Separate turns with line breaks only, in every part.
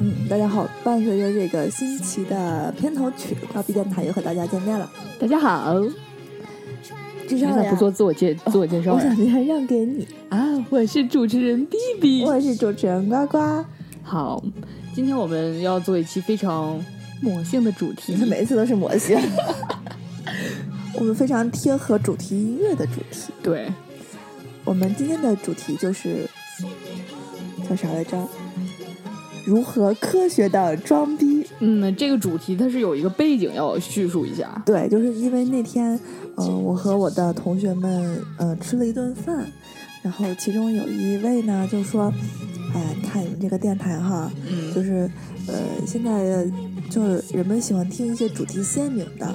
嗯大家好，伴随着这个新奇的片头曲，瓜逼电台又和大家见面了。
大家好，
至
你
少
咋
呀
不做自我介自我介绍
哦我
呀
想先让给你，
啊？我是主持人 B B。
我是主持人呱 呱。
好，今天我们要做一期非常魔性的主题
你，看，每一次都是魔性。我们非常贴合主题音乐的主题。
对，
我们今天的主题就是叫啥来着？如何科学的装逼？
嗯，这个主题它是有一个背景要叙述一下，
对，就是因为那天，呃，我和我的同学们，呃，吃了一顿饭，然后其中有一位呢就说，哎呀，看你们这个电台哈，
嗯
就是，呃，现在就是人们喜欢听一些主题鲜明的，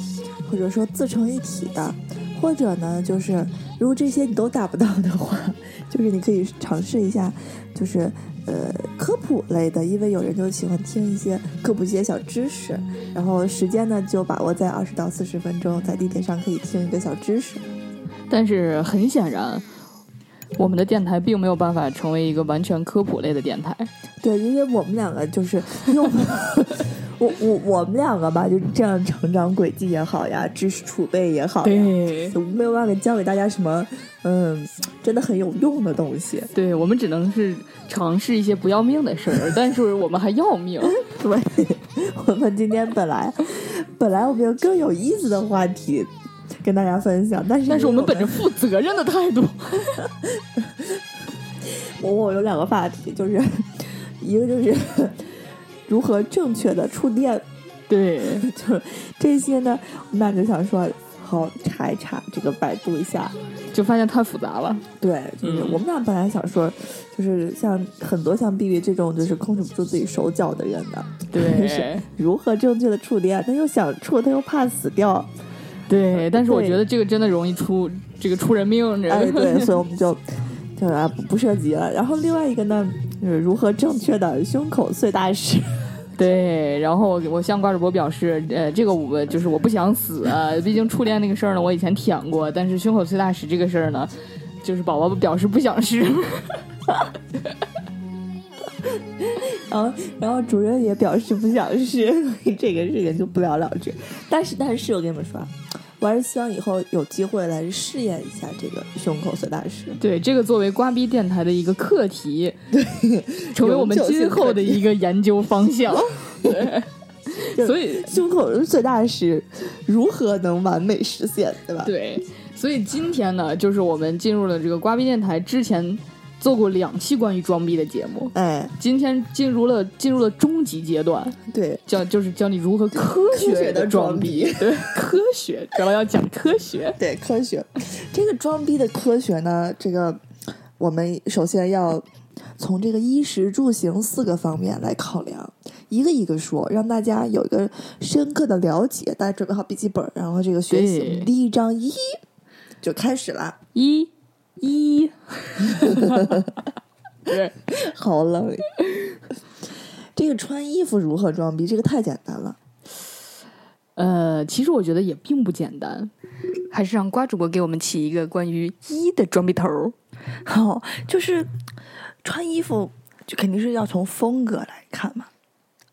或者说自成一体的，或者呢，就是如果这些你都达不到的话， 就是你可以尝试一下，就是呃科普类的，因为有人就喜欢听一些科普一些小知识，然后时间呢就把握在二十到四十分钟，在地铁上可以听一个小知识。
但是很显然，我们的电台并没有办法成为一个完全科普类的电台。
对，因为我们两个就是因为我们我我我们两个吧，就这样成长轨迹也好呀，知识储备也好呀，
对，
我没有办法教给大家什么嗯真的很有用的东西。
对我们只能是尝试一些不要命的事儿，但是我们还要命。
对， 我们今天本来本来我们有更有意思的话题跟大家分享，但是
但是我们本着
着
负责任的态度，
我我有两个话题，就是一个就是如何正确的触电，
对，
就是这些呢，我们俩就想说好查一查这个百度一下。
就发现太复杂了。
对，就是
嗯
我们俩本来想说，就是像很多像 B B 这种就是控制不住自己手脚的人的，
对
如何正确的触电？啊他又想触，他又怕死掉，
对，但是我
对
觉得这个真的容易出这个出人命，这个、
哎，对，所以我们就就啊不不涉及了。然后另外一个呢，就是如何正确的胸口碎大石。
对然后我向瓜主播表示，呃，这个我就是我不想死、啊，毕竟初恋那个事儿呢，我以前舔过，但是胸口碎大石这个事儿呢，就是宝宝表示不想试。
然后，然后主任也表示不想试， 这个事情就不了了之。但是，但是我跟你们说啊，我还是希望以后有机会来试验一下这个胸口碎大石。
对，这个作为瓜逼电台的一个课题，对，成为我们
永久性
今后
课
的
题
一个研究 方向。对 所以
胸口碎大石如何能完美实现，对吧？
对，所以今天呢，就是我们进入了这个瓜逼电台之前做过两期关于装逼的节目，
哎，
今天进入了进入了终极阶段，
对，
教就是教你如何科学
的
的装
逼，
逼。对， 科学主要要讲科学。
对科学，这个装逼的科学呢，这个我们首先要从这个衣食住行四个方面来考量，一个一个说，让大家有一个深刻的了解。大家准备好笔记本，然后这个学习，
对
我们第一章一就开始啦。
一，一，对，
好冷，这个穿衣服如何装逼，这个太简单了。
呃，其实我觉得也并不简单，还是让瓜主播给我们起一个关于一的装逼头儿。
好，就是穿衣服就肯定是要从风格来看嘛，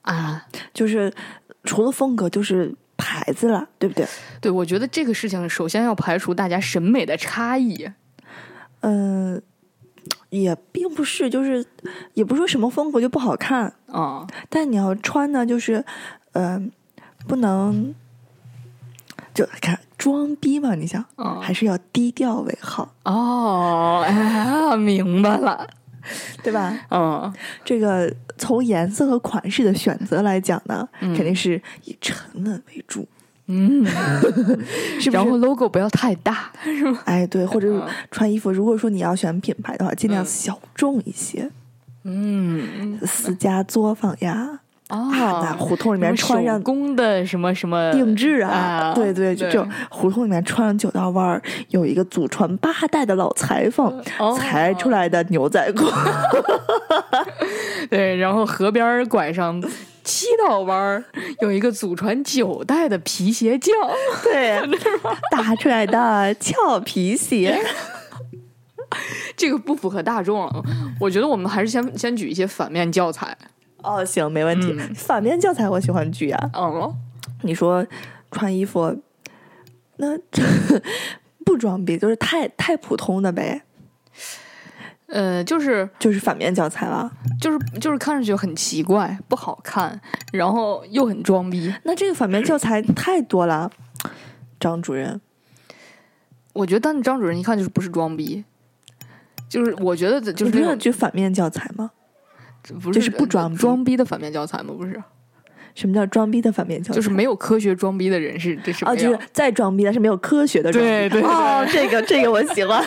啊，
就是除了风格就是牌子了，对不对？
对，我觉得这个事情首先要排除大家审美的差异，
嗯，也并不是，就是也不是说什么风格就不好看，
啊，
但你要穿呢，就是嗯、不能就看装逼嘛，你想，
嗯
还是要低调为好，
哦，啊，明白了，
对吧？
嗯，
这个从颜色和款式的选择来讲呢，
嗯
肯定是以沉稳为主，
嗯，
是不
然后
是？
logo 不要太大，是吗？
哎，对，或者是
嗯
穿衣服，如果说你要选品牌的话，尽量
嗯
小众一些，
嗯，
私家作坊呀，啊，那
哦，
胡同里面
什么
穿上
手工的什么什么
定制啊，
啊
对对，就
对
这种胡同里面穿上九道弯儿，有一个祖传八代的老裁缝
哦
裁出来的牛仔 裤，
对，然后河边儿拐上七道弯儿， 有一个祖传九代的皮鞋匠，
对，打出来的俏皮 鞋，
这个不符合大众了。我觉得我们还是先先举一些反面教材，
哦，行，没问题。
嗯
反面教材我喜欢剧啊。
哦，
你说穿衣服，那这不装逼就是太太普通的呗，
呃，就是
就是反面教材了。
就是就是看上去很奇怪，不好看，然后又很装逼。
那这个反面教材太多了，张主任。
我觉得，但是张主任一看就是不是装逼，就是我觉得就
你
是
不
那
有
种
句反面教材吗？
不呃
就是是不装逼
装逼的反面教材吗？不是，
什么叫装逼的反面教材？
就是没有科学装逼的人是这什
哦，
么
就
样？
是再装逼，但是没有科学的装逼。
对对对
哦，这个这个我喜欢，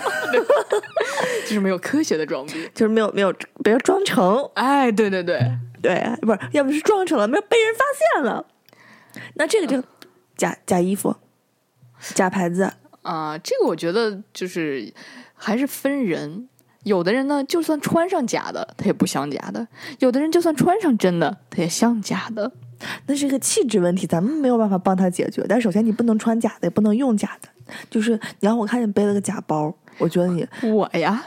就是没有科学的装逼。
就是没有没有，比如装成，
哎，对对对，
对，不是，要不是装成了，没有被人发现了。那这个
嗯
这个假假衣服，假牌子，
啊、这个我觉得就是还是分人。有的人呢，就算穿上假的，他也不像假的；有的人就算穿上真的，他也像假的。
那是一个气质问题，咱们没有办法帮他解决。但首先你不能穿假的，也不能用假的。就是你让我看你背了个假包，我觉得你
我呀，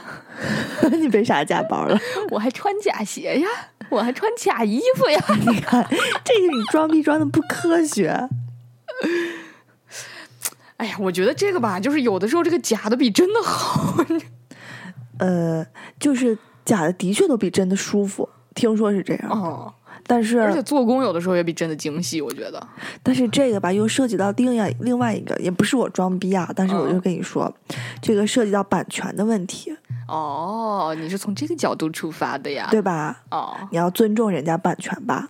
你背啥假包了？
我还穿假鞋呀，我还穿假衣服呀。
你看，这个你装逼装的不科学。
哎呀，我觉得这个吧，就是有的时候这个假的比真的好。
呃，就是假的的确都比真的舒服，听说是这样。
哦，
但
而且
是
做工有的时候也比真的精细，我觉得。
但是这个吧，又涉及到另外另外一个，也不是我装逼啊，但是我就
嗯
跟你说，这个涉及到版权的问题，
哦，你是从这个角度出发的呀？
对吧？
哦，
你要尊重人家版权吧。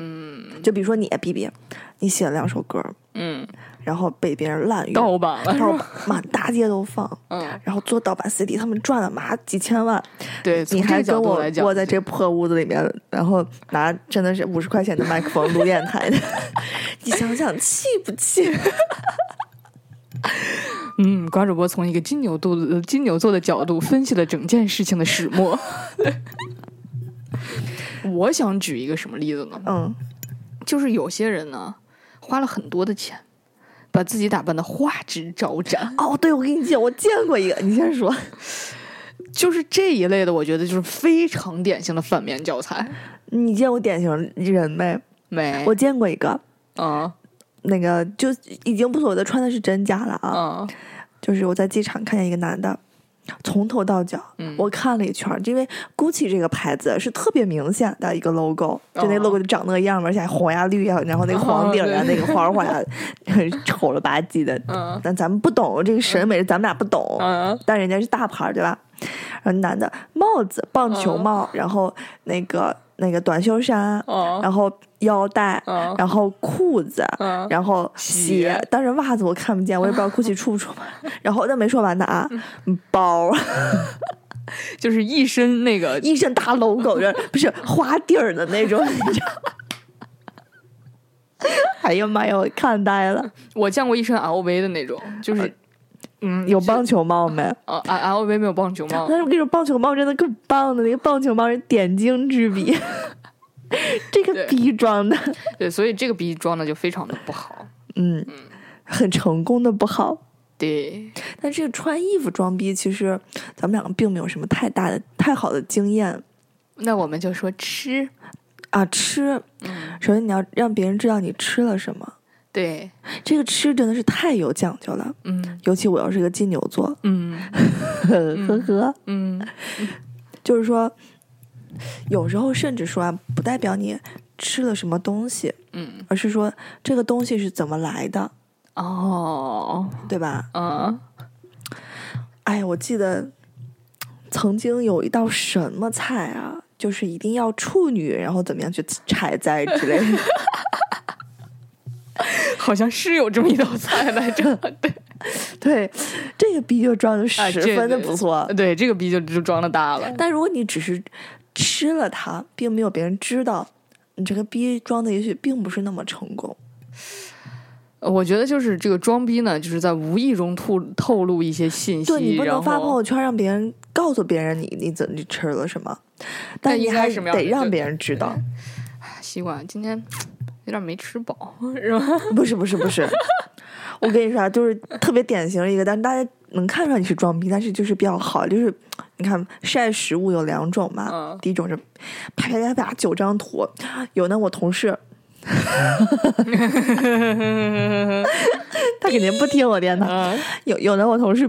嗯
就比如说你 B B，你写了两首歌，
嗯，
然后被别人滥用，
盗版了是
盗
吧？
版 满大街都放，
嗯，
然后做盗版 CD，他们赚了妈几千万，
对，
你
从这
还
个角
跟
度
我
来讲，
窝在这破屋子里面，然后拿真的是五十块钱的麦克风录电台， 你想想气不气？
嗯，瓜主播从一个金牛座的金牛座的角度分析了整件事情的始末。 我想举一个什么例子呢？
嗯，
就是有些人呢，花了很多的钱，把自己打扮的花枝招展，
哦，对，我跟你讲，我见过一个，你先说，
就是这一类的，我觉得就是非常典型的反面教材。
你见过典型人没？
没，
我见过一个，
嗯
那个就已经不所谓的穿的是真假了啊，
嗯
就是我在机场看见一个男的。从头到脚，
嗯
我看了一圈儿，因为 GUCCI 这个牌子是特别明显的一个 logo，、就那
哦
logo 就长那个样儿嘛，而且还红呀绿呀，然后那个黄顶儿呀，
哦
那
对
个花儿花 呀， 很丑了吧唧的，
嗯
但咱们不懂这个审美，咱们俩不懂，
嗯
但人家是大牌儿，对吧？然后男的帽子、棒球
嗯
帽，然后那个那个短袖衫，
哦
然后腰带，
嗯
然后裤子。
嗯，
然后
鞋
鞋，但是袜子我看不见，我也不知道 GUCCI 出不出门。 然后那没说完呢啊，
嗯
包
就是一身那个
一身大 logo，就是不是花地儿的那种，你知道 吗？哎呀妈呀，我看呆了。
我见过一身 LV 的那种，就是，嗯，
有
就
棒球帽没？
哦，L LV 没有棒球帽，
但是我跟你说，棒球帽真的更棒的，那个棒球帽是点睛之笔， 这个
对
逼装的，
对，所以这个逼装的就非常的不好。
嗯，很成功的不好。
对，
但这个穿衣服装逼，其实咱们两个并没有什么太大的、太好的经验
那我们就说吃，
啊。吃，
嗯，
首先你要让别人知道你吃了什么，
对，
这个吃真的是太有讲究了。
嗯
尤其我要是个金牛座，
嗯
呵呵呵，
嗯，
就是说，有时候甚至说啊，不代表你吃了什么东西，
嗯，
而是说这个东西是怎么来的，
哦，
对吧？
嗯
哎呀，我记得曾经有一道什么菜啊，就是一定要处女，然后怎么样去采摘之类的。
好像是有这么一道菜来着， 对
对，这个逼就装的
哎
十
这
分的
个呃
不错。
对，这个逼就就装的大了，
但如果你只是吃了它，并没有别人知道，你这个逼装的也许并不是那么成功。
呃 我觉得就是这个装逼呢，就是在无意中透透露一些信息，
对你不能发
然
朋
后
友圈让别人告诉别人你你怎你吃了什么，但
应
你
该
还
什么样
得
的
让
对
别人知道。
哎习惯今天有点没吃 饱，是吧？
不是不是不是，我跟你说啊，就是特别典型一个，但是大家能看出来你是装逼，但是就是比较好，就是你看晒食物有两种嘛，
嗯
第一种是啪啪啪啪九张图，有呢我同事，他肯定不听我电台，
嗯，
有有的我同事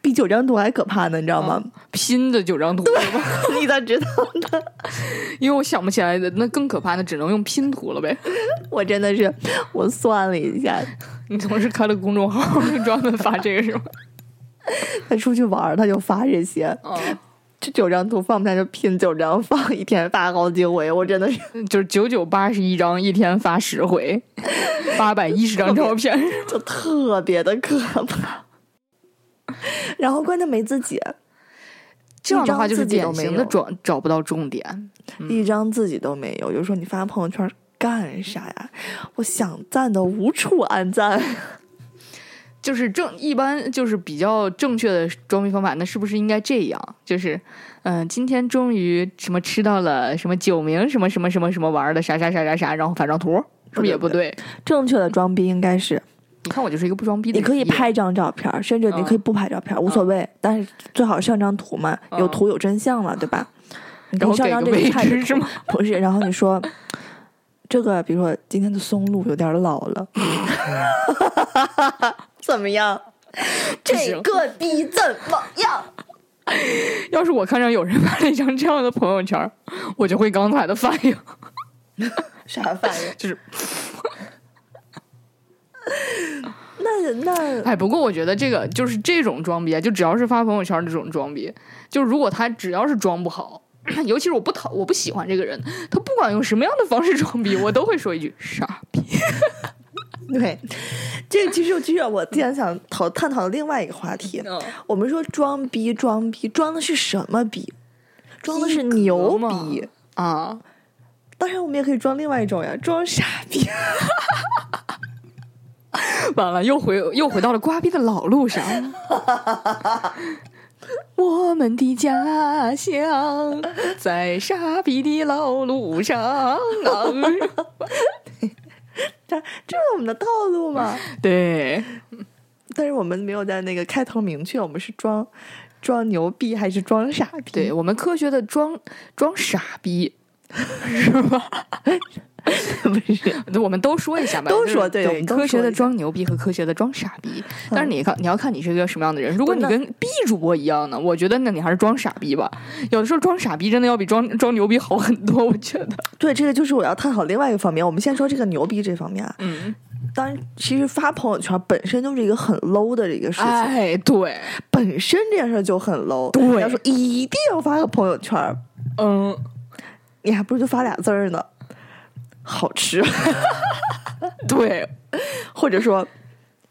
比九张图还可怕呢，你知道吗？
拼的九张图，
你咋知道？
因为我想不起来的，那更可怕，那只能用拼图了呗。
我真的是我算了一下，
你同事开了公众号专门发这个 是吗？
他出去玩儿他就发这些，
嗯，
这九张图放不下就拼九张放，一天发好几回，我真的是
就是九九八十一张，一天发十 回，八百一十张照片。
就特别的可怕。 然后关键没自己，
这样的话
一张
就
自
是
己
典
都没
型的
有
找找不到重点。
一张自己都没有。有时候你发朋友圈干啥呀？我想赞的无处安赞。
就是正一般就是比较正确的装逼方法，那是不是应该这样？就是，嗯、今天终于什么吃到了什么九名什么什么什么什么玩儿的啥啥啥啥啥，然后发张图，是不是也不对？
正确的装逼应该是，
你看我就是一个嗯不装逼的
你
人，
可以拍张照片儿，甚至你可以不拍照片儿，无所谓，但是最好上张图嘛，
嗯
有图有真相了，对吧？你可以
然后
上
给
张
个
这个
位
菜的
置是吗？
不是，然后你说这个，比如说今天的松露有点老 了，怎么样？
行
个逼怎么样？
要是我看上有人发了一张这样的朋友圈儿，我就会刚才的反应，
啥反应？
就是
那 那
哎，不过我觉得这个就是这种装逼啊，就只要是发朋友圈这种装逼，就如果他只要是装不好， 尤其是我不讨我不喜欢这个人，他不管用什么样的方式装逼，我都会说一句傻逼。
对，这其实其实我今天想讨探讨的另外一个话题，我们说装逼装逼装的是什么逼？装的是
逼格
牛
嘛
逼。
啊，
当然，我们也可以装另外一种呀， 装傻逼。
完了，又回又回到了瓜逼的老路上。 我们的家乡在傻逼的老路上啊！
这这是我们的套路 嘛？
对，
但是我们没有在那个开头明确，我们是装装牛逼还是装傻逼？
对，我们科学的装装傻逼，
不是
那我们都说一下吧，
都
就是
说对
有
对都
科学
说
的
一下嗯
装牛逼和科学的装傻逼。但是你看，你要看你是一个什么样的人。如果
不
你
是那
跟 B 主播一样呢，我觉得那你还是装傻逼吧。有的时候装傻逼真的要比装装牛逼好很多，我觉得。
对，这个就是我要探讨另外一个方面。我们先说这个牛逼这方面啊，
嗯，
当然，其实发朋友圈本身就是一个很 low 的一个事情，
哎，对，
本身这件事就很 low。
对
你要说一定要发个朋友圈儿，
嗯，
你还不如就发俩字儿呢，好吃，
对
或者说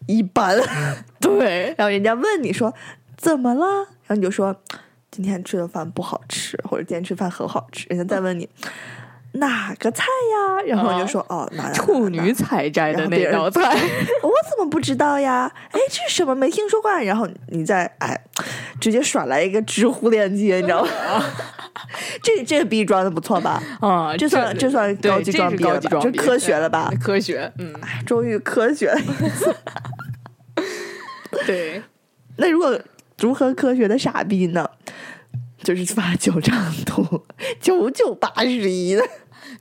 一般。
对，
然后人家问你说怎么了，然后你就说今天吃的饭不好吃，或者今天吃饭很好吃。人家再问你哪个菜呀，然后你就说哦，哪哪哪哪
处女采摘
然
的
后别
那
人
道菜，
我怎么不知道呀？哎，这是什么？没听说过啊。然后你再哎，直接甩来一个知乎链接，你知道 吗？这这个逼装的不错吧？
啊，
这算这算
对
高级
这
装
是
逼
高
了
级
吧？这
逼
科学了吧
对？科学，嗯，
哎终于科学了。
对，
那如果如何科学的傻逼呢？就是发九张图，九九八十一的。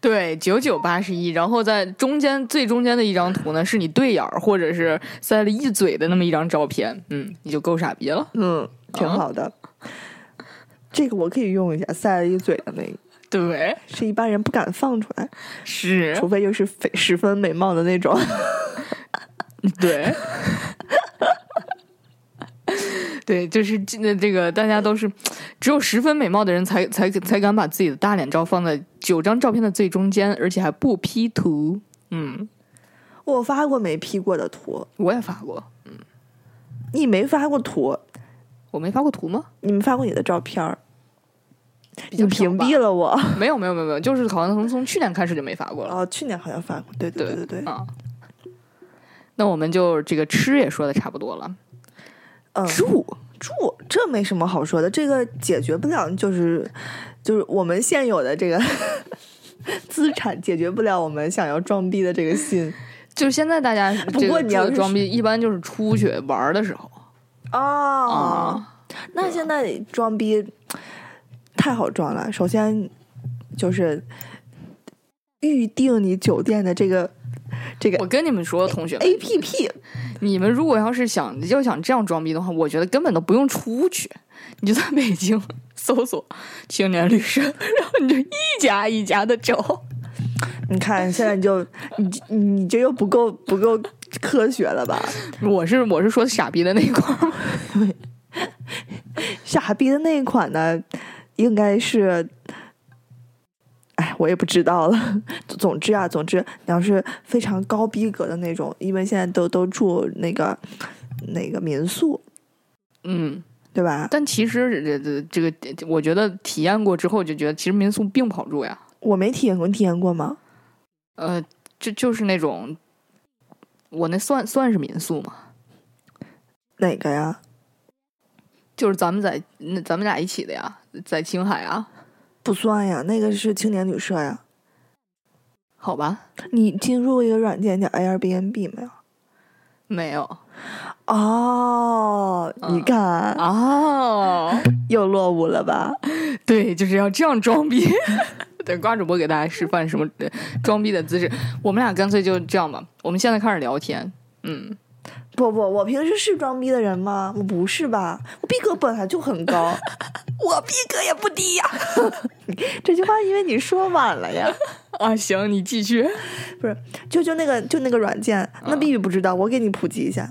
对，九九八十一，然后在中间最中间的一张图呢，是你对眼儿或者是塞了一嘴的那么一张照片，嗯，你就够傻逼了。
嗯，挺
啊
好的。这个我可以用一下，塞了一嘴的那个，
对，
是一般人不敢放出来，
是啊
除，非就是非十分美貌的那种。
对， 对，就是这那这个大家都是，只有十分美貌的人才才才敢把自己的大脸照放在九张照片的最中间，而且还不 P 图。嗯，
我发过没 P 过的图，
我也发过，
你没发过图，
我没发过图吗？
你们发过你的照片儿，
比
你
较少
屏
吧
蔽了我。
没有没有没有没有，就是好像从从去年开始就没发过了。
哦，去年好像发过，对对对对对，
啊。那我们就这个吃也说的差不多了，
嗯，
住
住这没什么好说的，这个解决不了，就是就是我们现有的这个 资产解决不了我们想要装逼的这个心。
就是现在大家
哎不
这
过
个
你
住
要
的
是
装逼，一般就是出去玩儿的时候，
哦，
啊，
那现在装逼太好装了。首先就是预定你酒店的这个这个
我跟你们说，同学们，
A P P，
你们如果要是想要想这样装逼的话，我觉得根本都不用出去，你就在北京搜索 青年旅社，然后你就一家一家的找。
你看现在你就你你你这又不够不够科学了吧？
我是我是说傻逼的那一块儿，
傻逼的那一款呢，应该是，哎，我也不知道了。 总总之啊，总之，你要是非常高逼格的那种，因为现在都都住那个那个民宿，
嗯，
对吧？
但其实这这这个，我觉得体验过之后就觉得，其实民宿并不好住呀。
我没体验过，你体验过吗？
呃，就就是那种，我那算算是民宿吗？
哪个呀？
就是咱们在那咱们俩一起的呀，在青海啊，
不算呀，那个是青年旅社呀。
好吧？
你听说过一个软件叫 Airbnb 没有？
没有
哦，你
嗯
看、
哦，
又落伍了吧？
对，就是要这样装逼。 等瓜主播给大家示范什么呃装逼的姿势，我们俩干脆就这样吧。我们现在开始聊天，嗯，
不不，我平时是装逼的人吗？我不是吧？我逼格本来就很高， 我逼格也不低呀。 这句话因为你说晚了呀，
啊，行，你继续。
不是？就就那个就那个软件，那
嗯
B B 不知道，我给你普及一下。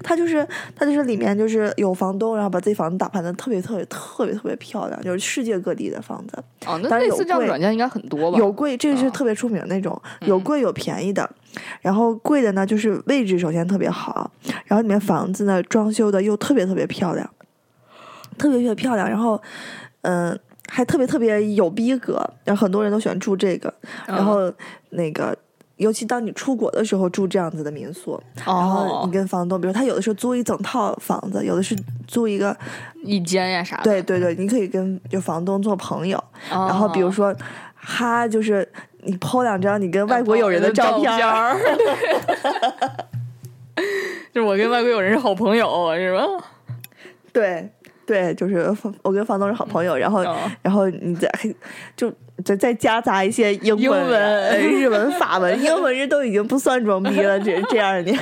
它就是它就是里面就是有房东，然后把自己房子打扮的特别特别特别特别漂亮，就是世界各地的房子，
哦，那
但是
类
有
似这样的
贵
软件应该很多吧？
有贵，这个是
啊
特别出名的那种，有
嗯
贵有便宜的。然后贵的呢，就是位置首先特别好，然后里面房子呢装修的又特别特别漂亮，特别特别漂亮。然后，嗯、还特别特别有逼格，然后很多人都喜欢住这个。
嗯，
然后那个。尤其当你出国的时候住这样子的民宿，然后
哦
你，跟房东，比如他有的是租一整套房子，有的是租一个，
一间呀啥的，
对对对，你可以跟就房东做朋友，
哦，
然后比如说，哈，就是你 PO 两张你跟外国友人的照片
片
儿，
儿。 就是我跟外国友人是好朋友，是吧？
对对，就是房我跟房东是好朋友，然后
哦
然后你再就再再夹杂一些英
英
文
文
呃日文、法文、英文，这都已经不算装逼了，这这样的。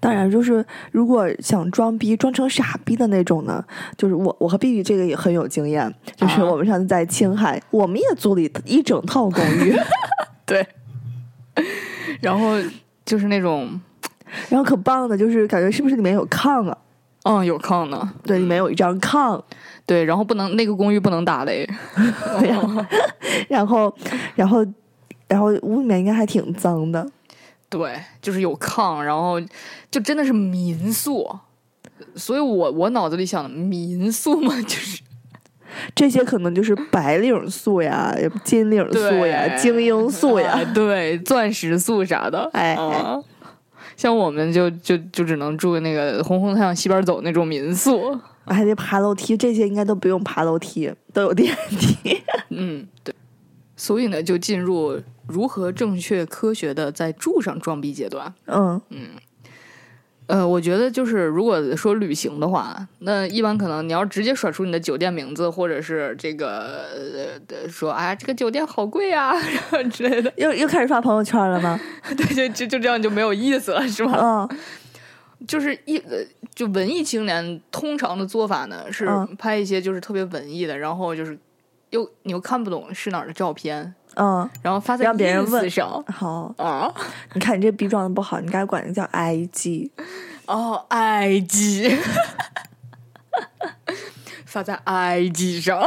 当然，就是如果想装逼装成傻逼的那种呢，就是我我和 B B 这个也很有经验，就是
啊
我们上次在青海，我们也租了一一整套公 寓，
对。然后就是那种，
然后可棒的，就是感觉是不是里面有炕啊？
嗯，有炕呢，
对，里面有一张炕，
对，然后不能那个公寓不能打雷，
然后，然后，然后屋里面应该还挺脏的，
对，就是有炕，然后就真的是民宿，所以我我脑子里想的民宿嘛， 就是
这些可能就是白领宿呀、金领宿呀、
对
精英宿呀。
啊对，钻石宿啥的，
哎
啊像我们就就就只能住那个红红太阳西边走那种民宿，
还得爬楼梯，这些应该都不用爬楼梯，都有电梯。
嗯，对，所以呢，就进入如何正确科学的在住上装逼阶段。
嗯，
呃，我觉得就是如果说旅行的话，那一般可能你要直接甩出你的酒店名字，或者是这个呃呃说啊、这个酒店好贵啊 然后之类的，
又又开始发朋友圈了吗？
对，就就就这样就没有意思了，是吧？
嗯，
就是一呃，就文艺青年通常的做法呢，是
嗯
拍一些就是特别文艺的，然后就是又你又看不懂是哪儿的照片，
嗯，
然后发在
让别人
ins
问
上
好，
啊
你看你这逼装的不好，你该管人叫 IG。
哦，埃及 发在埃及上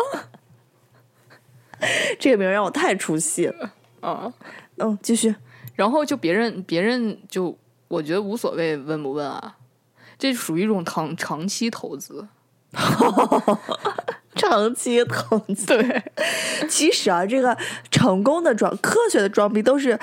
这个名儿让我太出戏了。
啊，
嗯，继续。
然后就别人别人就我觉得无所谓问不问啊，这属于一种长长期投资，
长期投资。
对，
其实啊，这个成功的装、科学的装逼都是。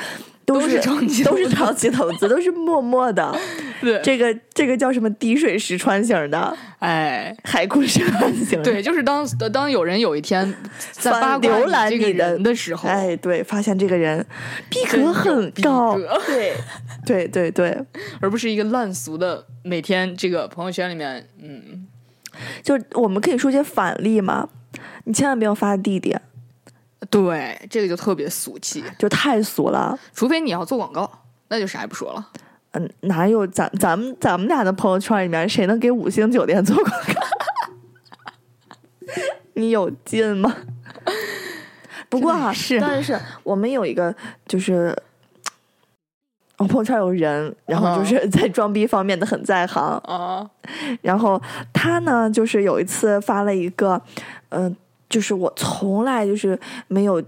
都
都是长期
都是
投
长
资
期投资，都是默默的，
对，
这个这个叫什么滴水石穿型的，
哎，
海枯石烂型的，
对，就是当当有人有一天在
翻
八卦
浏览
这个
你的
人的时候，
哎，对，发现这个人逼
真有
格很
逼
高，
格
对，对对对，
而不是一个烂俗的每天这个朋友圈里面，嗯，
就是我们可以说些反例嘛，你千万不要发地点，
对，这个就特别俗气，
就太俗了。
除非你要做广告，那就啥也不说了。
嗯，哪有咱咱们咱们俩的朋友圈里面谁能给五星酒店做广告？ 你有劲吗？不过哈、
是
但是我们有一个就是，我朋友圈有人，然后就
嗯
是在装逼方面的很在行，
啊，
然后他呢就是有一次发了一个，嗯、就是我从来就是没有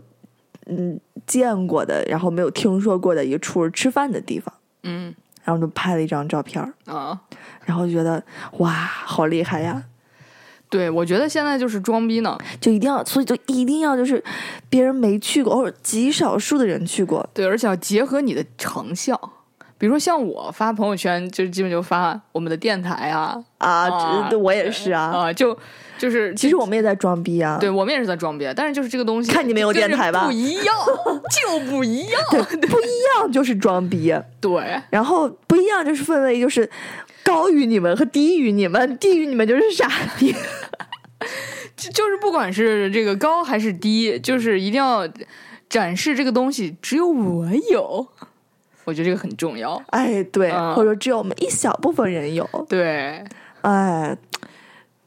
嗯见过的，然后没有听说过的一处吃饭的地方。
嗯
然后就拍了一张照片儿，
啊，
然后就觉得哇，好厉害呀！
对，我觉得现在就是装逼呢，
就一定要，所以就一定要就是别人没去过，或者极少数的人去过，
对，而且要结合你的成效。比如说像我发朋友圈，就基本就发我们的电台啊
啊，
啊
这我也是啊。
啊，就就是
其实我们也在装逼啊，
对我们也是在装逼，但是就是这个东西
看你没有
跟
电
人
台吧
不一样就不一样，
对，不一样就是装逼，
对
然后不一样就是氛围就是高于你们和低于你们，低于你们就是傻逼。
就就是不管是这个高还是低，就是一定要展示这个东西只有我有，我觉得这个很重要。
哎，对，
啊
或者说只有我们一小部分人有。
对
哎，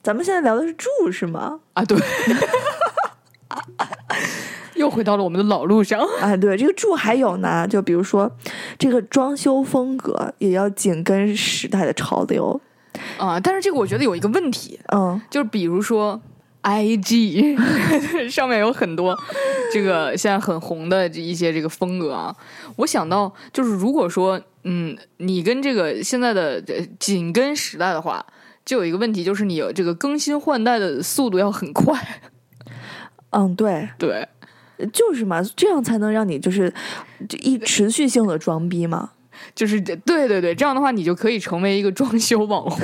咱们现在聊的是住是吗？
啊，对， 又回到了我们的老路上。
啊，对，这个住还有呢，就比如说这个装修风格也要紧跟时代的潮流。
啊，但是这个我觉得有一个问题，
嗯，
就是比如说 I G 上面有很多这个现在很红的这一些这个风格啊，我想到就是如果说嗯，你跟这个现在的呃紧跟时代的话。就有一个问题，就是你有这个更新换代的速度要很快，
嗯，对，
对
就是嘛，这样才能让你就是就一持续性的装逼嘛。
就是这对对对，这样的话你就可以成为一个装修网红。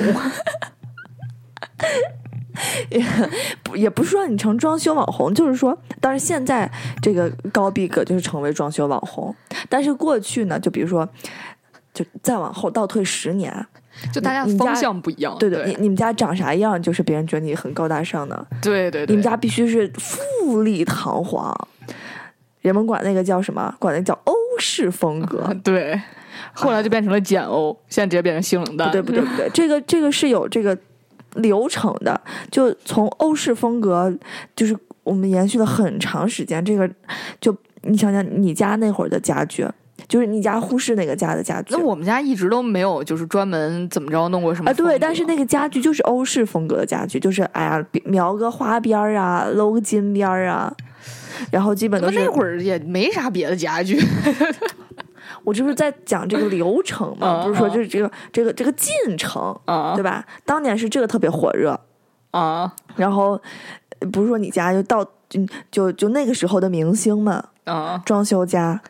不也不是说你成装修网红，就是说，当然现在这个高逼格就是成为装修网红，但是过去呢，就比如说，就再往后倒退十年，
就大家
你你家
方向不一样，
对
对
你你们家长啥样，就是别人觉得你很高大上呢。
对对
你
对
们，家必须是富丽堂皇，人们管那个叫什么？管那叫欧式风 格。
对，后来就变成了简欧，现在直接变成性冷淡，
不对，不对，不对，这个这个是有这个流程的。就从欧式风格，就是我们延续了很长时间。这个就你想想，你家那会儿的家具，就是你家忽视那个家的家具。
那我们家一直都没有，就是专门怎么着弄过什么
啊，
风格
对，但是那个家具就是欧式风格的家具，就是哎呀，描个花边儿啊，镂个金边儿啊，然后基本
那
都是
那会儿也没啥别的家 具，
我这不是在讲这个流程嘛，
啊
不是说
啊
就是这个这个这个进程，
啊
对吧？当年是这个特别火热，
啊
然后呃不是说你家就到就就就那个时候的明星们
啊！
装修家。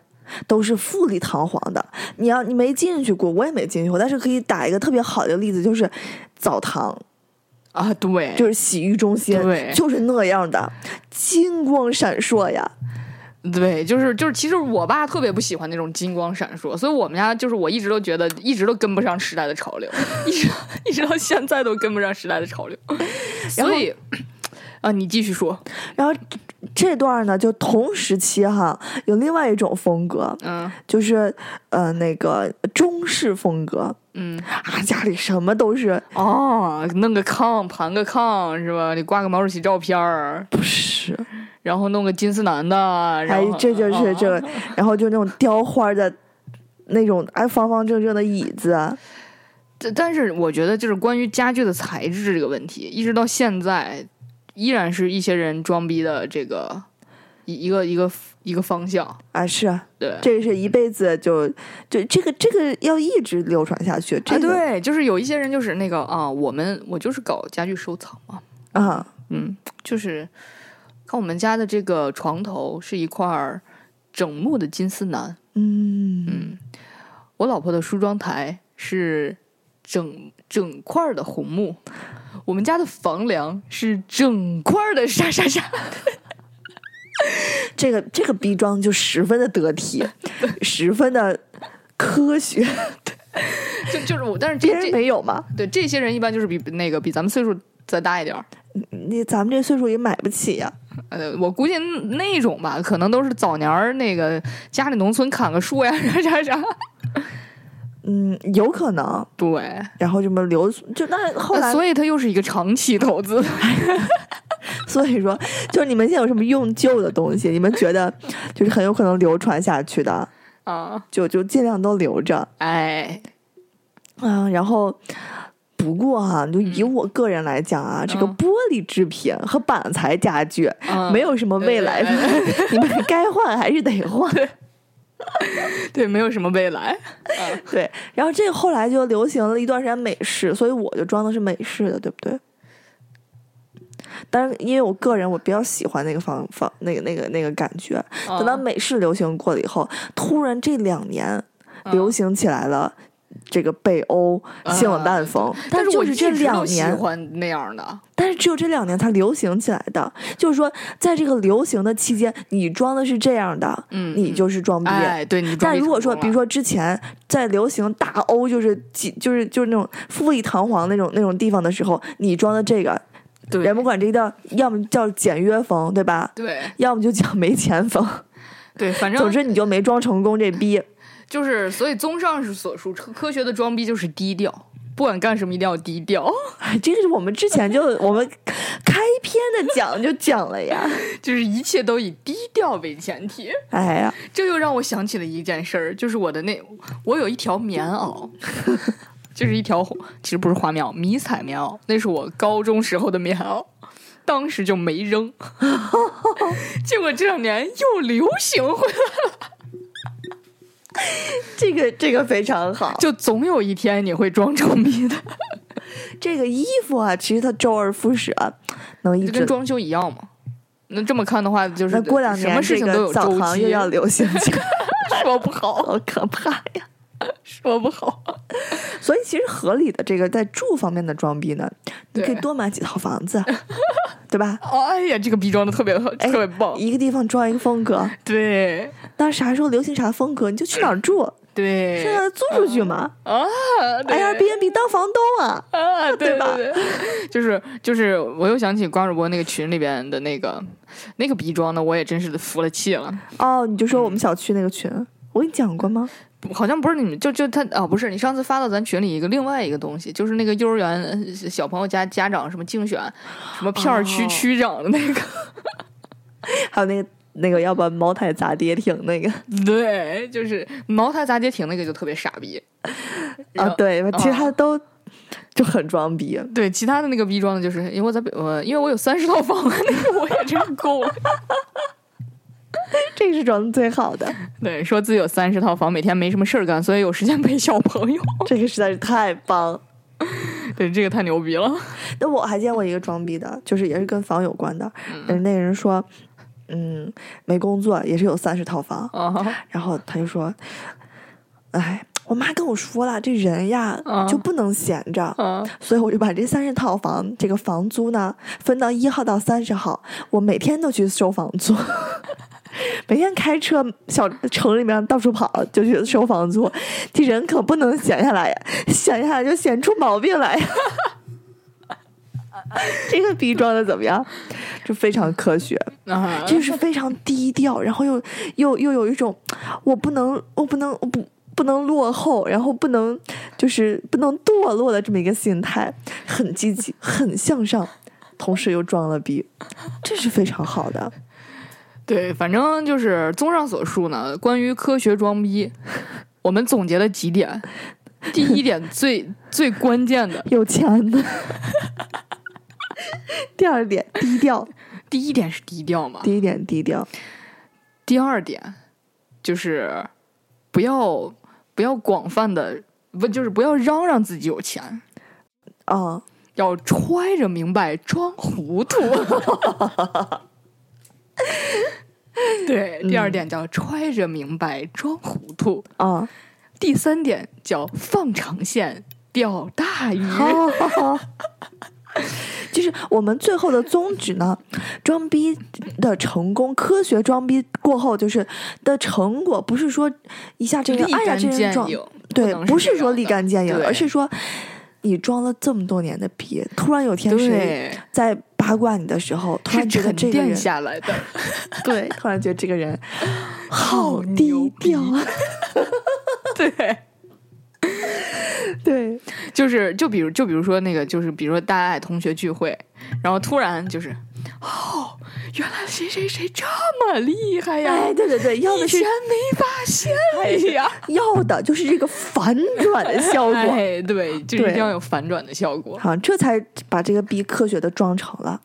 都是富丽堂皇的，你要你没进去过，我也没进去过，但是可以打一个特别好的例子，就是澡堂，
啊，对，
就是洗浴中心
对，
就是那样的，金光闪烁呀，
对，就是就是，其实我爸特别不喜欢那种金光闪烁，所以我们家就是我一直都觉得一直都跟不上时代的潮流， 一直一直到现在都跟不上时代的潮流，所以 啊，你继续说，
然后这这段呢，就同时期哈，有另外一种风格，
嗯
就是呃那个中式风格
嗯，
啊，家里什么都是
哦，弄个炕，盘个炕是吧？你挂个毛主席照片儿，
不是，
然后弄个金丝楠的，然
哎
后，
这就是这
啊
个，然后就那种雕花的。那种哎，方方正正的椅子，啊
但但是我觉得，就是关于家具的材质这个问题，一直到现在，依然是一些人装逼的这个一一个一个一个方向。
啊，是啊
对，
这个是一辈子就就这个这个要一直流传下去，这个
啊，对，就是有一些人就是那个啊，我们我就是搞家具收藏嘛，
啊，
嗯，就是看我们家的这个床头是一块儿整木的金丝楠，
嗯
我老婆的梳妆台是整整块儿的红木，我们家的房梁是整块儿的沙沙沙。
这个这个逼装就十分的得 体，十分的科学。
就就是我，但是这
别人
这
没有嘛？
对这些人一般就是比那个比咱们岁数再大一点儿，
你咱们这岁数也买不起呀、
呃，我估计那种吧，可能都是早年儿那个家里农村砍个树呀， 啥啥啥。
嗯，有可能。
对，
然后这么留，就那后来，
呃所以它又是一个长期投资。
所以说，就是你们现在有什么用旧的东西，你们觉得就是很有可能流传下去的，
啊，
就就尽量都留着。
哎，
嗯，然后不过哈、就以
嗯
我个人来讲啊，这个
嗯
玻璃制品和板材家具、
嗯
没有什么未来，
对
你
对
们该换还是得换。
对，没有什么 未来。嗯
对，然后这个后来就流行了一段时间美式，所以我就装的是美式的，对不对？但是因为我个人我比较喜欢那个方方那个那个那个感觉，等
嗯
到美式流行过了以后，突然这两年流
行，
行起来了这个北欧性冷淡风，但
嗯是
就
我
是这
一直都
两
喜
年，
欢那样的。
但是只有这两年才流行起来的，就是说在这个流行的期间，你装的是这样的，
嗯
你就是装逼。
哎，对你装
但
逼
如果
成
说，
功
比如
了
说之前在流行大欧，就是几，就是就是那种富丽堂皇那种那种地方的时候，你装的这个，
对
人们管这个叫，要么叫简约风，对吧？
对
要么就叫没钱风。
对，反正
总之，你就没装成功这逼。
就是，所以综上所述，科科学的装逼就是低调，不管干什么一定要低调，
哎，这个是我们之前就我们开篇的讲就讲了呀。
就是一切都以低调为前提。
哎呀，
这又让我想起了一件事儿，就是我的那我有一条棉袄， 就是一条其实不是花棉袄，迷彩棉袄，那是我高中时候的棉袄，当时就没扔， 结果这两年又流行回来，
这个这个非常好。
就总有一天你会装装逼的，
这个衣服啊，其实它周而复始啊，能一
就
直
跟。装修一样嘛。那这么看的话，就是
那过两
什
年
么事
这
情都有
个澡
周
堂
期，
又要流行 起来，
说不好，
好可怕呀！
说不好。
所以其实合理的这个在住方面的装逼呢，你可以
对
多买几套房子，啊 对吧？
哦哎呀，这个逼装的特别好，
哎
特别棒。
一个地方装一个风格，
对
但啥时候流行啥风格，你就去哪儿住，
对
是要租出去嘛
啊， 对
？Airbnb 当房东啊，
啊，
对
对
吧
对对就是就是，我又想起瓜主播那个群里边的那个那个逼装的，我也真是服了气了。
哦，你就说我们小区那个群，我给你讲过吗？
好像不是你们，就就他啊，不是你上次发到咱群里一个另外一个东西，就是那个幼儿园呃小朋友家家长什么竞选，什么片儿区
哦
区长的那个，
还有那个那个要把茅台砸跌停那个
对，就是茅台砸街亭那个就特别傻逼。然
啊，
后
对，其他
哦
的都就很装逼。
对，其他的那个逼装的就是，因为我在北，我因为我有三十套房， 那个我也真够了。
这个是装的最好的，
对，说自己有三十套房，每天没什么事儿干，所以有时间陪小朋友。
这个实在是太棒。
对，这个太牛逼了。
那我还见过一个装逼的，就是也是跟房有关的，嗯，那个人说，嗯，没工作，也是有三十套房，
啊
然后他就说，哎，我妈跟我说了，这人呀、
啊
就不能闲着。
啊！
所以我就把这三十套房这个房租呢分到一号到三十号，我每天都去收房租， 每天开车小城里面到处跑就去收房租，这人可不能闲下来呀，闲下来就闲出毛病来 呀。这个逼装的怎么样？这非常科学，
啊
这就是非常低调，然后又又又有一种我不能，我不能，我不不能落后，然后不能就是不能堕落的这么一个心态，很积极，很向上，同时又装了逼，这是非常好的。
对，反正就是综上所述呢，关于科学装逼，我们总结了几点。第一点最最关键的，
有钱的。 第二点低调，
第一点是低调嘛。
第一点低调，
第二点就是不要不要广泛的不就是不要嚷嚷自己有钱，
啊、
要揣着明白装糊 涂。对，第二点叫揣着明白装糊涂。
啊、
第三点叫放长线钓大鱼。
好好好， 就是我们最后的宗旨呢，装逼的成功，科学装逼过后就是的成果，不是说一下这个人，哎呀，这人装，
影，
对，
能
不
是这
是说
样
立
的
竿见影，
对
而是说你装了这么多年的逼，突然有天谁
对，
在八卦你的时候，突
是
然觉得
沉
这个
淀
人，
下来的。
对，突然觉得这个人
好
好
牛
低
逼
调，
对，
对，
就是就比如就比如说那个就是比如说大家爱同学聚会，然后突然就是哦，原来谁谁谁这么厉害呀！
哎，对对对，要
以
的是
前没发现 哎呀。
要的就是这个反转的 效果。
哎，对，就是一
对
定要有反转的效果。
好，这才把这个逼科学的装成了。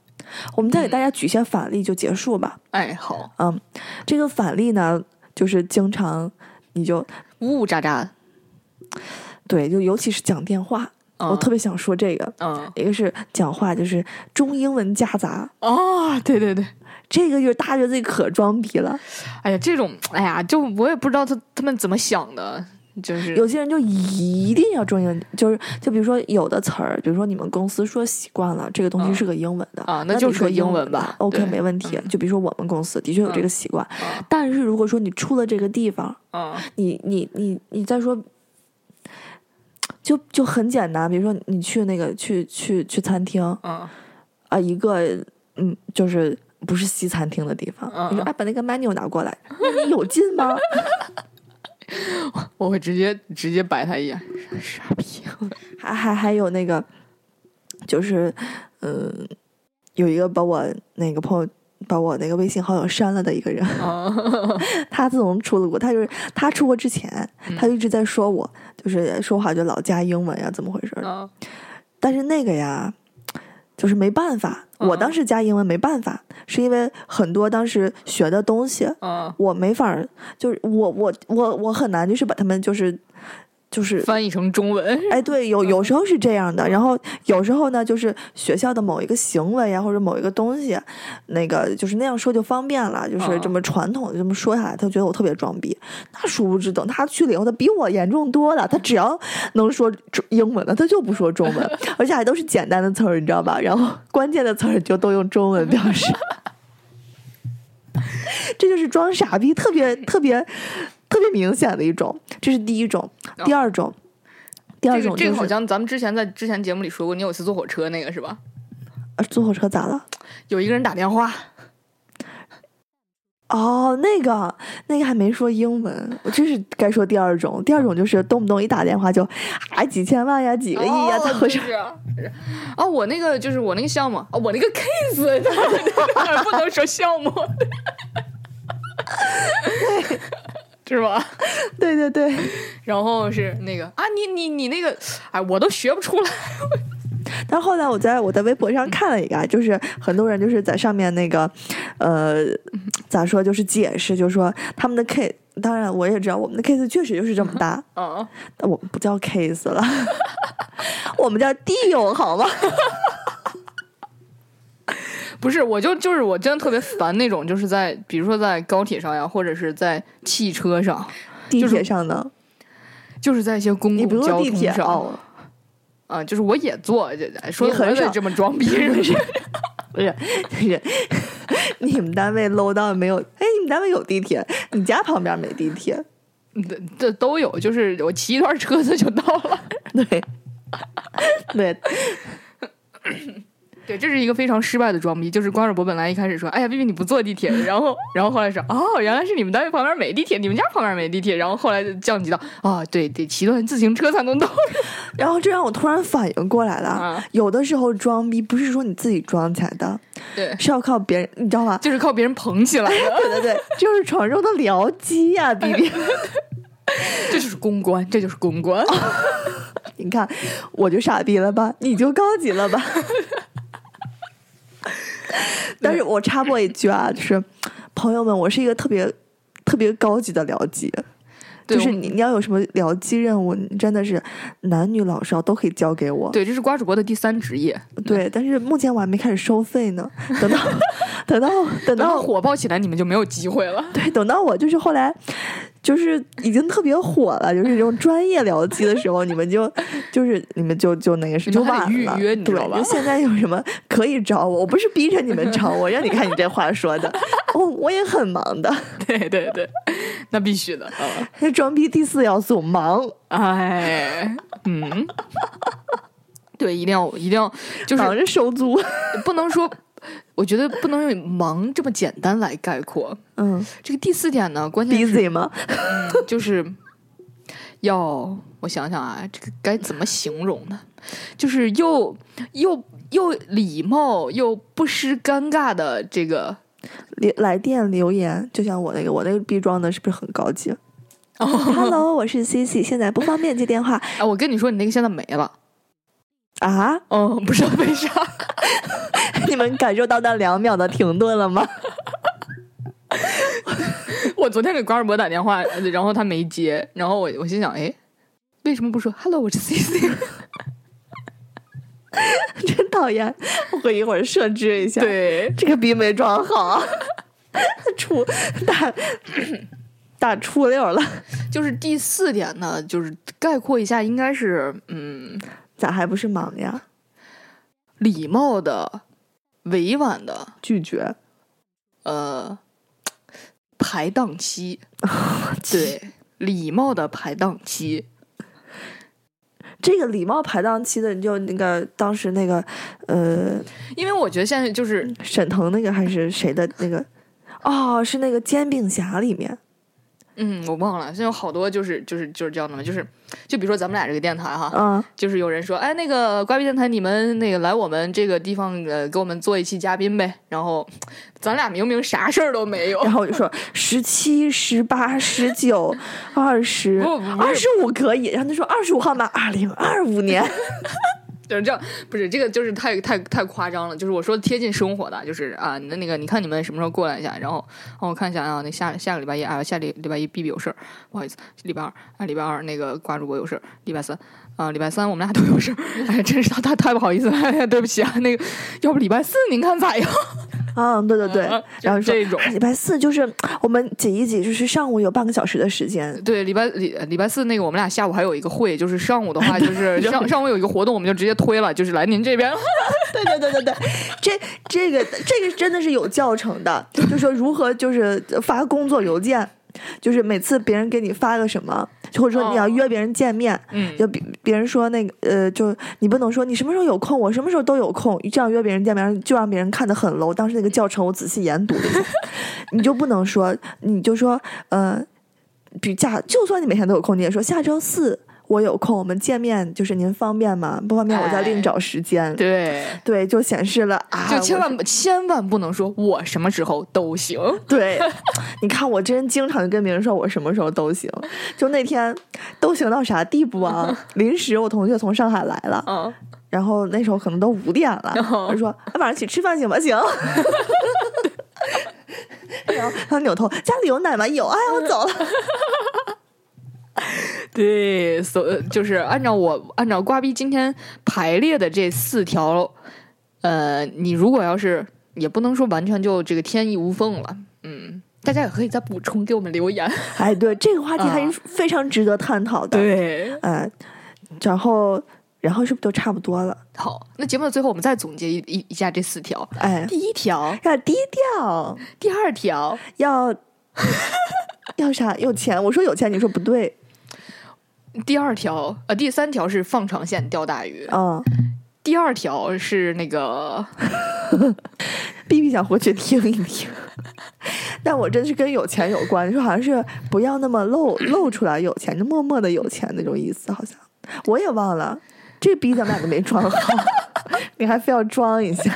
我们再给大家举一些反例就结束吧。
哎，好，
嗯，这个反例呢，就是经常你就
呜呜喳喳，
对，就尤其是讲电话，我
嗯
特别想说这个。
嗯
一个是讲话就是中英文夹杂，
哦，对对对，
这个就是大家觉得自己可装逼了。
哎呀，这种哎呀，就我也不知道他他们怎么想的，就是
有些人就一定要中英，就是就比如说有的词儿，比如说你们公司说习惯了这个东西
嗯
是个英文的
啊那
那
就
你
说
说
英
英
文
文
吧对
OK，没问题。就比如说我们公司的确有这
嗯
个习惯，
啊
但是如果说你出了这个地方，
啊
你你你你再说，就就很简单，比如说你去那个去去去餐厅啊、
啊
一个嗯，就是不是西餐厅的地方，你说
嗯
哎，把那个 menu 拿过来，你有劲吗？
我会直接直接白他一眼，傻逼。
还还还有那个，就是嗯、有一个把我那个朋友。把我那个微信好友删了的一个人，
啊，
他自从出了国，他就是他出国之前，他
嗯
就一直在说我，就是说话就老加英文呀，怎么回事儿？
啊
但是那个呀，就是没办法，
嗯
我当时加英文没办法，是因为很多当时学的东西
啊，
我没法儿，就是我我我我很难就是把他们就是就是。
翻译成中文，
哎，对，
嗯
有有时候是这样的，然后有时候呢，就是学校的某一个行为啊，或者某一个东西，那个就是那样说就方便了，就是这
嗯
么传统的这么说下来，他觉得我特别装逼。那殊不知，等他去了以后，他比我严重多了。他只要能说中英文的，他就不说中 文，而且还都是简单的词儿，你知道吧？然后关键的词儿就都用中文表 示。这就是装傻逼，特别特别特别明显的一种。这是第一种，第二种，第二
哦这
种
个
就
这
是、
个好像咱们之前在之前节目里说过，你有一次坐火车那个是吧？
呃坐火车咋了？
有一个人打电话，
哦，那个那个还没说英文，我这是该说第二种。第二种就是动不动一打电话就啊几千万呀，几个亿呀，
哦
咋回事
就？是啊，哦我那个就是我那个项目，哦，我那个 case，不 能说项目， 是吧？
对对 对，
然后是那个啊，你你你那个，哎，我都学不出来。
但后来我在我在微博
嗯
上看了一个啊，就是很多人就是在上面那个，呃，
嗯
咋说就是解释，就是说他们的 case，当然我也知道我们的 case 确实就是这么大，
嗯，
但我们不叫 case 了， 我们叫 deal 好吗？
不是，我就就是我真的特别烦那种，就是在比如说在高铁上呀，或者是在汽车上，
地
就是
铁上呢，
就是在一些公
你不
共
坐
交
地
通
铁
上。
哦，
啊，就是我也做，这说
你
我
很
也
少
这么 装逼是不 是？
不是，就是你们单位 low 到没有？哎，你们单位有地铁，你家旁边没地铁，
这这都有，就是我骑一段车子就到了。
对，对，
对，这是一个非常失败的装逼。就是光世博本来一开始说，哎呀，B B 你不坐地铁，然后然后后来说，哦，原来是你们单位旁边没地铁，你们家旁边没地铁，然后后来就降级到，哦，对，得骑段自行车才 能到。
然后这让我突然反应过来了，
啊
有的时候装逼不是说你自己装起来的，
对，
是要靠别人，你知道吗
？就是靠别人捧起来的，
对对对，就是床上的僚机呀、比比。
这就是公关，这就是公关。
哦你看，我就傻逼了吧，你就高级了吧。 但是我插播一句啊，就是朋友们，我是一个特别特别高级的僚机，
对
就是
我
你你要有什么僚机任务，你真的是男女老少都可以交给我。
对，这是瓜主播的第三职业。
对，但是目前我还没开始收费呢，等 到等到等
等到
到
火爆起来，你们就没有机会了。
对，等到我就是后来就是已经特别火了，就是这种专业聊机的时候，你们就就是你们就就那个什
你
么
们还得
晚
预
了，对，
约你知道吧
就现在有什么可以找我，我不是逼着你们找我，让你看你这话说的，我、我也很忙的，
对对对，那必须的。啊
这装逼第四要素忙，
哎，嗯，对，一定要一定要，就是
忙着收租，
不能说，我觉得不能用忙这么简单来概括。
嗯
这个第四点呢，关键是
，busy 吗？
就是要我想想啊，这个该怎么形容呢？就是又又又礼貌又不失尴尬的这个。
留来电留言，就像我那个，我那个逼装的是不是很高级、h
哦
e l l o 我是 C C，现在不方便接电话
哎，我跟你说，你那个现在没了。
啊。
嗯，不知道为啥。
你们感受到那两秒的停顿了吗？
我昨天给关尔博打电话， 然后他没接，然后我我心想，哎，为什么不说 “hello”？我是 C C。
真讨厌！我会一会儿设置一下。，
对，
这个逼没装好，啊 出大大出溜了，
就是第四点呢，就是概括一下，应该是嗯，
咋还不是忙呀？
礼貌的、委婉的，
拒绝，
呃，排档期，哦对，礼貌的排档期，
这个礼貌排档期的，你就那个当时那个呃
因为我觉得现在就是
沈腾那个还是谁的那个？哦，是那个《煎饼侠》里面。
嗯，我忘了，现在有好多就是就是就是这样的嘛，就是就比如说咱们俩这个电台哈，
嗯，
就是有人说，哎，那个瓜逼电台，你们那个来我们这个地方，呃，给我们做一期嘉宾呗。然后咱俩明明啥事儿都没有
然，后我就 说十七、十八、十九、二十、
不不
二十五可以。然后他说二十五号码，二零二五 年。
就是这样，不是这个就是太太太夸张了。就是我说贴近生活的，就是啊，那那个你看你们什么时候过来一下，然后哦，我看一下啊，那下下个礼拜一啊，下礼礼拜一 B B 有事儿，不好意思，礼拜二啊，礼拜二那个瓜主播有事儿，礼拜三啊，礼拜三我们俩都有事儿，哎，真是太太太不好意思了，哎呀，对不起啊，那个要不礼拜四您看咋样？
嗯，对对 对
啊，
然后
就
说
这种
哎礼拜四就是我们挤一挤，就是上午有半个小时的时间。
对，礼拜礼呃礼拜四那个我们俩下午还有一个会，就是上午的话， 就是上上午有一个活动，我们就直接推了，就是来您这 边了。
对对对对对，这这个这个真的是有教程的，就说如何就是发工作邮件，就是每次别人给你发个什么，或者说你要
哦
约别人见面，
嗯
就别别人说那个呃，就你不能说你什么时候有空，我什么时候都有空，这样约别人见面就让别人看得很 low。当时那个教程我仔细研读了一下， 你就不能说，你就说呃，比假就算你每天都有空，你也说下周四我有空，我们见面，就是您方便吗？不方便我再另
哎
找时间。
对，
对，就显示了啊，
就千
我
万千万不能说我什么时候都行。
对， 你看我真经常跟别人说我什么时候都行，就那天都行到啥地步 啊？临时我同学从上海来了，
嗯，
然后那时候可能都五点了，
哦
我说、哎、晚上一起吃饭行吗？ 行。然后他扭头，家里有奶吗？有，哎呀，我走 了。
对，所、呃就是按照我按照瓜逼今天排列的这四条，呃，你如果要是也不能说完全就这个天衣无缝了，嗯，大家也可以再补充给我们留言。
哎，对，这个话题还
啊
是非常值得探讨的。，
对，
哎，然后，然后是不是就差不多了？
好，那节目的最后我们再总结一一一下这四条。
哎，
第一条，
要低调，
第二条，
要 要啥？有钱？我说有钱，你说不对。
第二条，呃，第三条是放长线钓大鱼，
嗯
第二条是那个，
，B B 想回去听一听。 但我真是跟有钱有关，你说好像是不要那么露露出来有钱，就默默的有钱那种意思，好像我也忘了。这逼咱们俩都没装好， 你还非要装一下，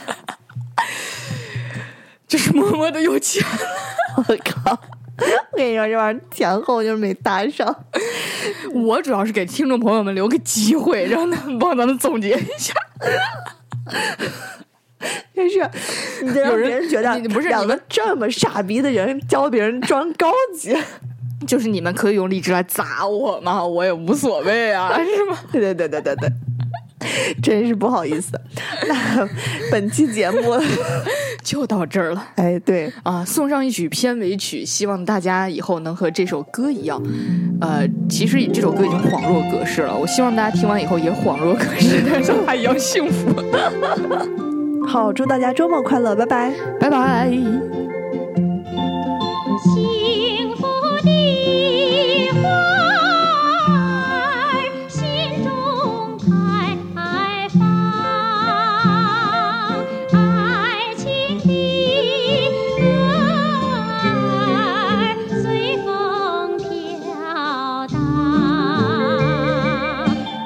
就是默默的有钱。
我靠！我跟你说，这玩意儿前后就是没搭上。
我主要是给听众朋友们留个机会，让他们帮咱们总结一下。
真是，你得让
有
别
人
人觉得
你不是
两
你
个
们
这么傻逼的人教别人装高级。
就是你们可以用荔枝来砸我嘛，我也无所谓啊，是吗？
对对对对对对。真是不好意思。 那本期节目，
就到这儿了
哎，对，
啊！送上一曲片尾曲，希望大家以后能和这首歌一样，呃，其实这首歌已经恍若隔世了。我希望大家听完以后也恍若隔世，但是还一样幸福。
好，祝大家周末快乐，拜拜。
拜拜。
幸福的花儿心中开放，爱情的歌儿随风飘荡，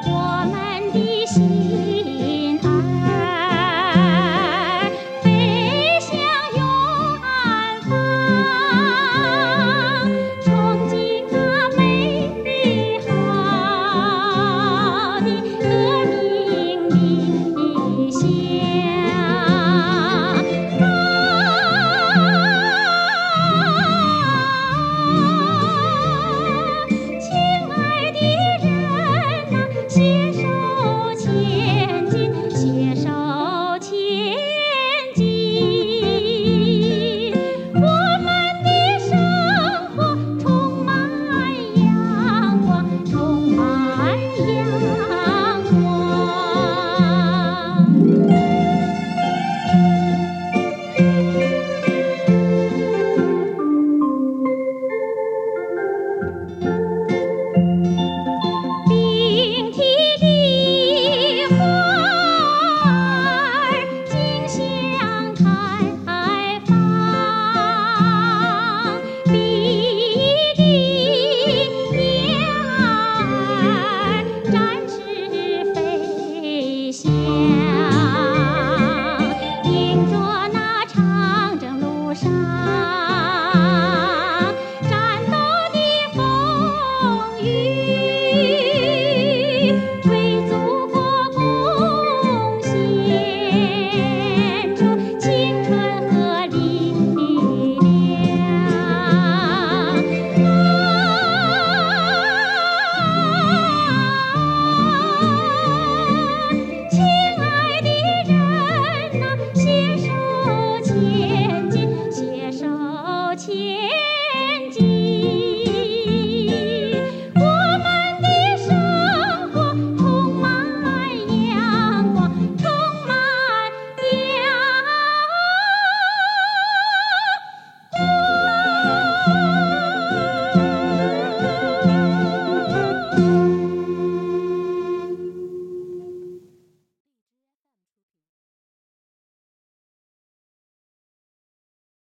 我们的心儿飞向永安方，憧憬那美好的革命理想。啊，亲爱的人呐，携手前进，携手前进，我们的生活充满阳光，充满阳光。冰蹄的花儿竞相开放，碧的鸟儿展翅飞翔。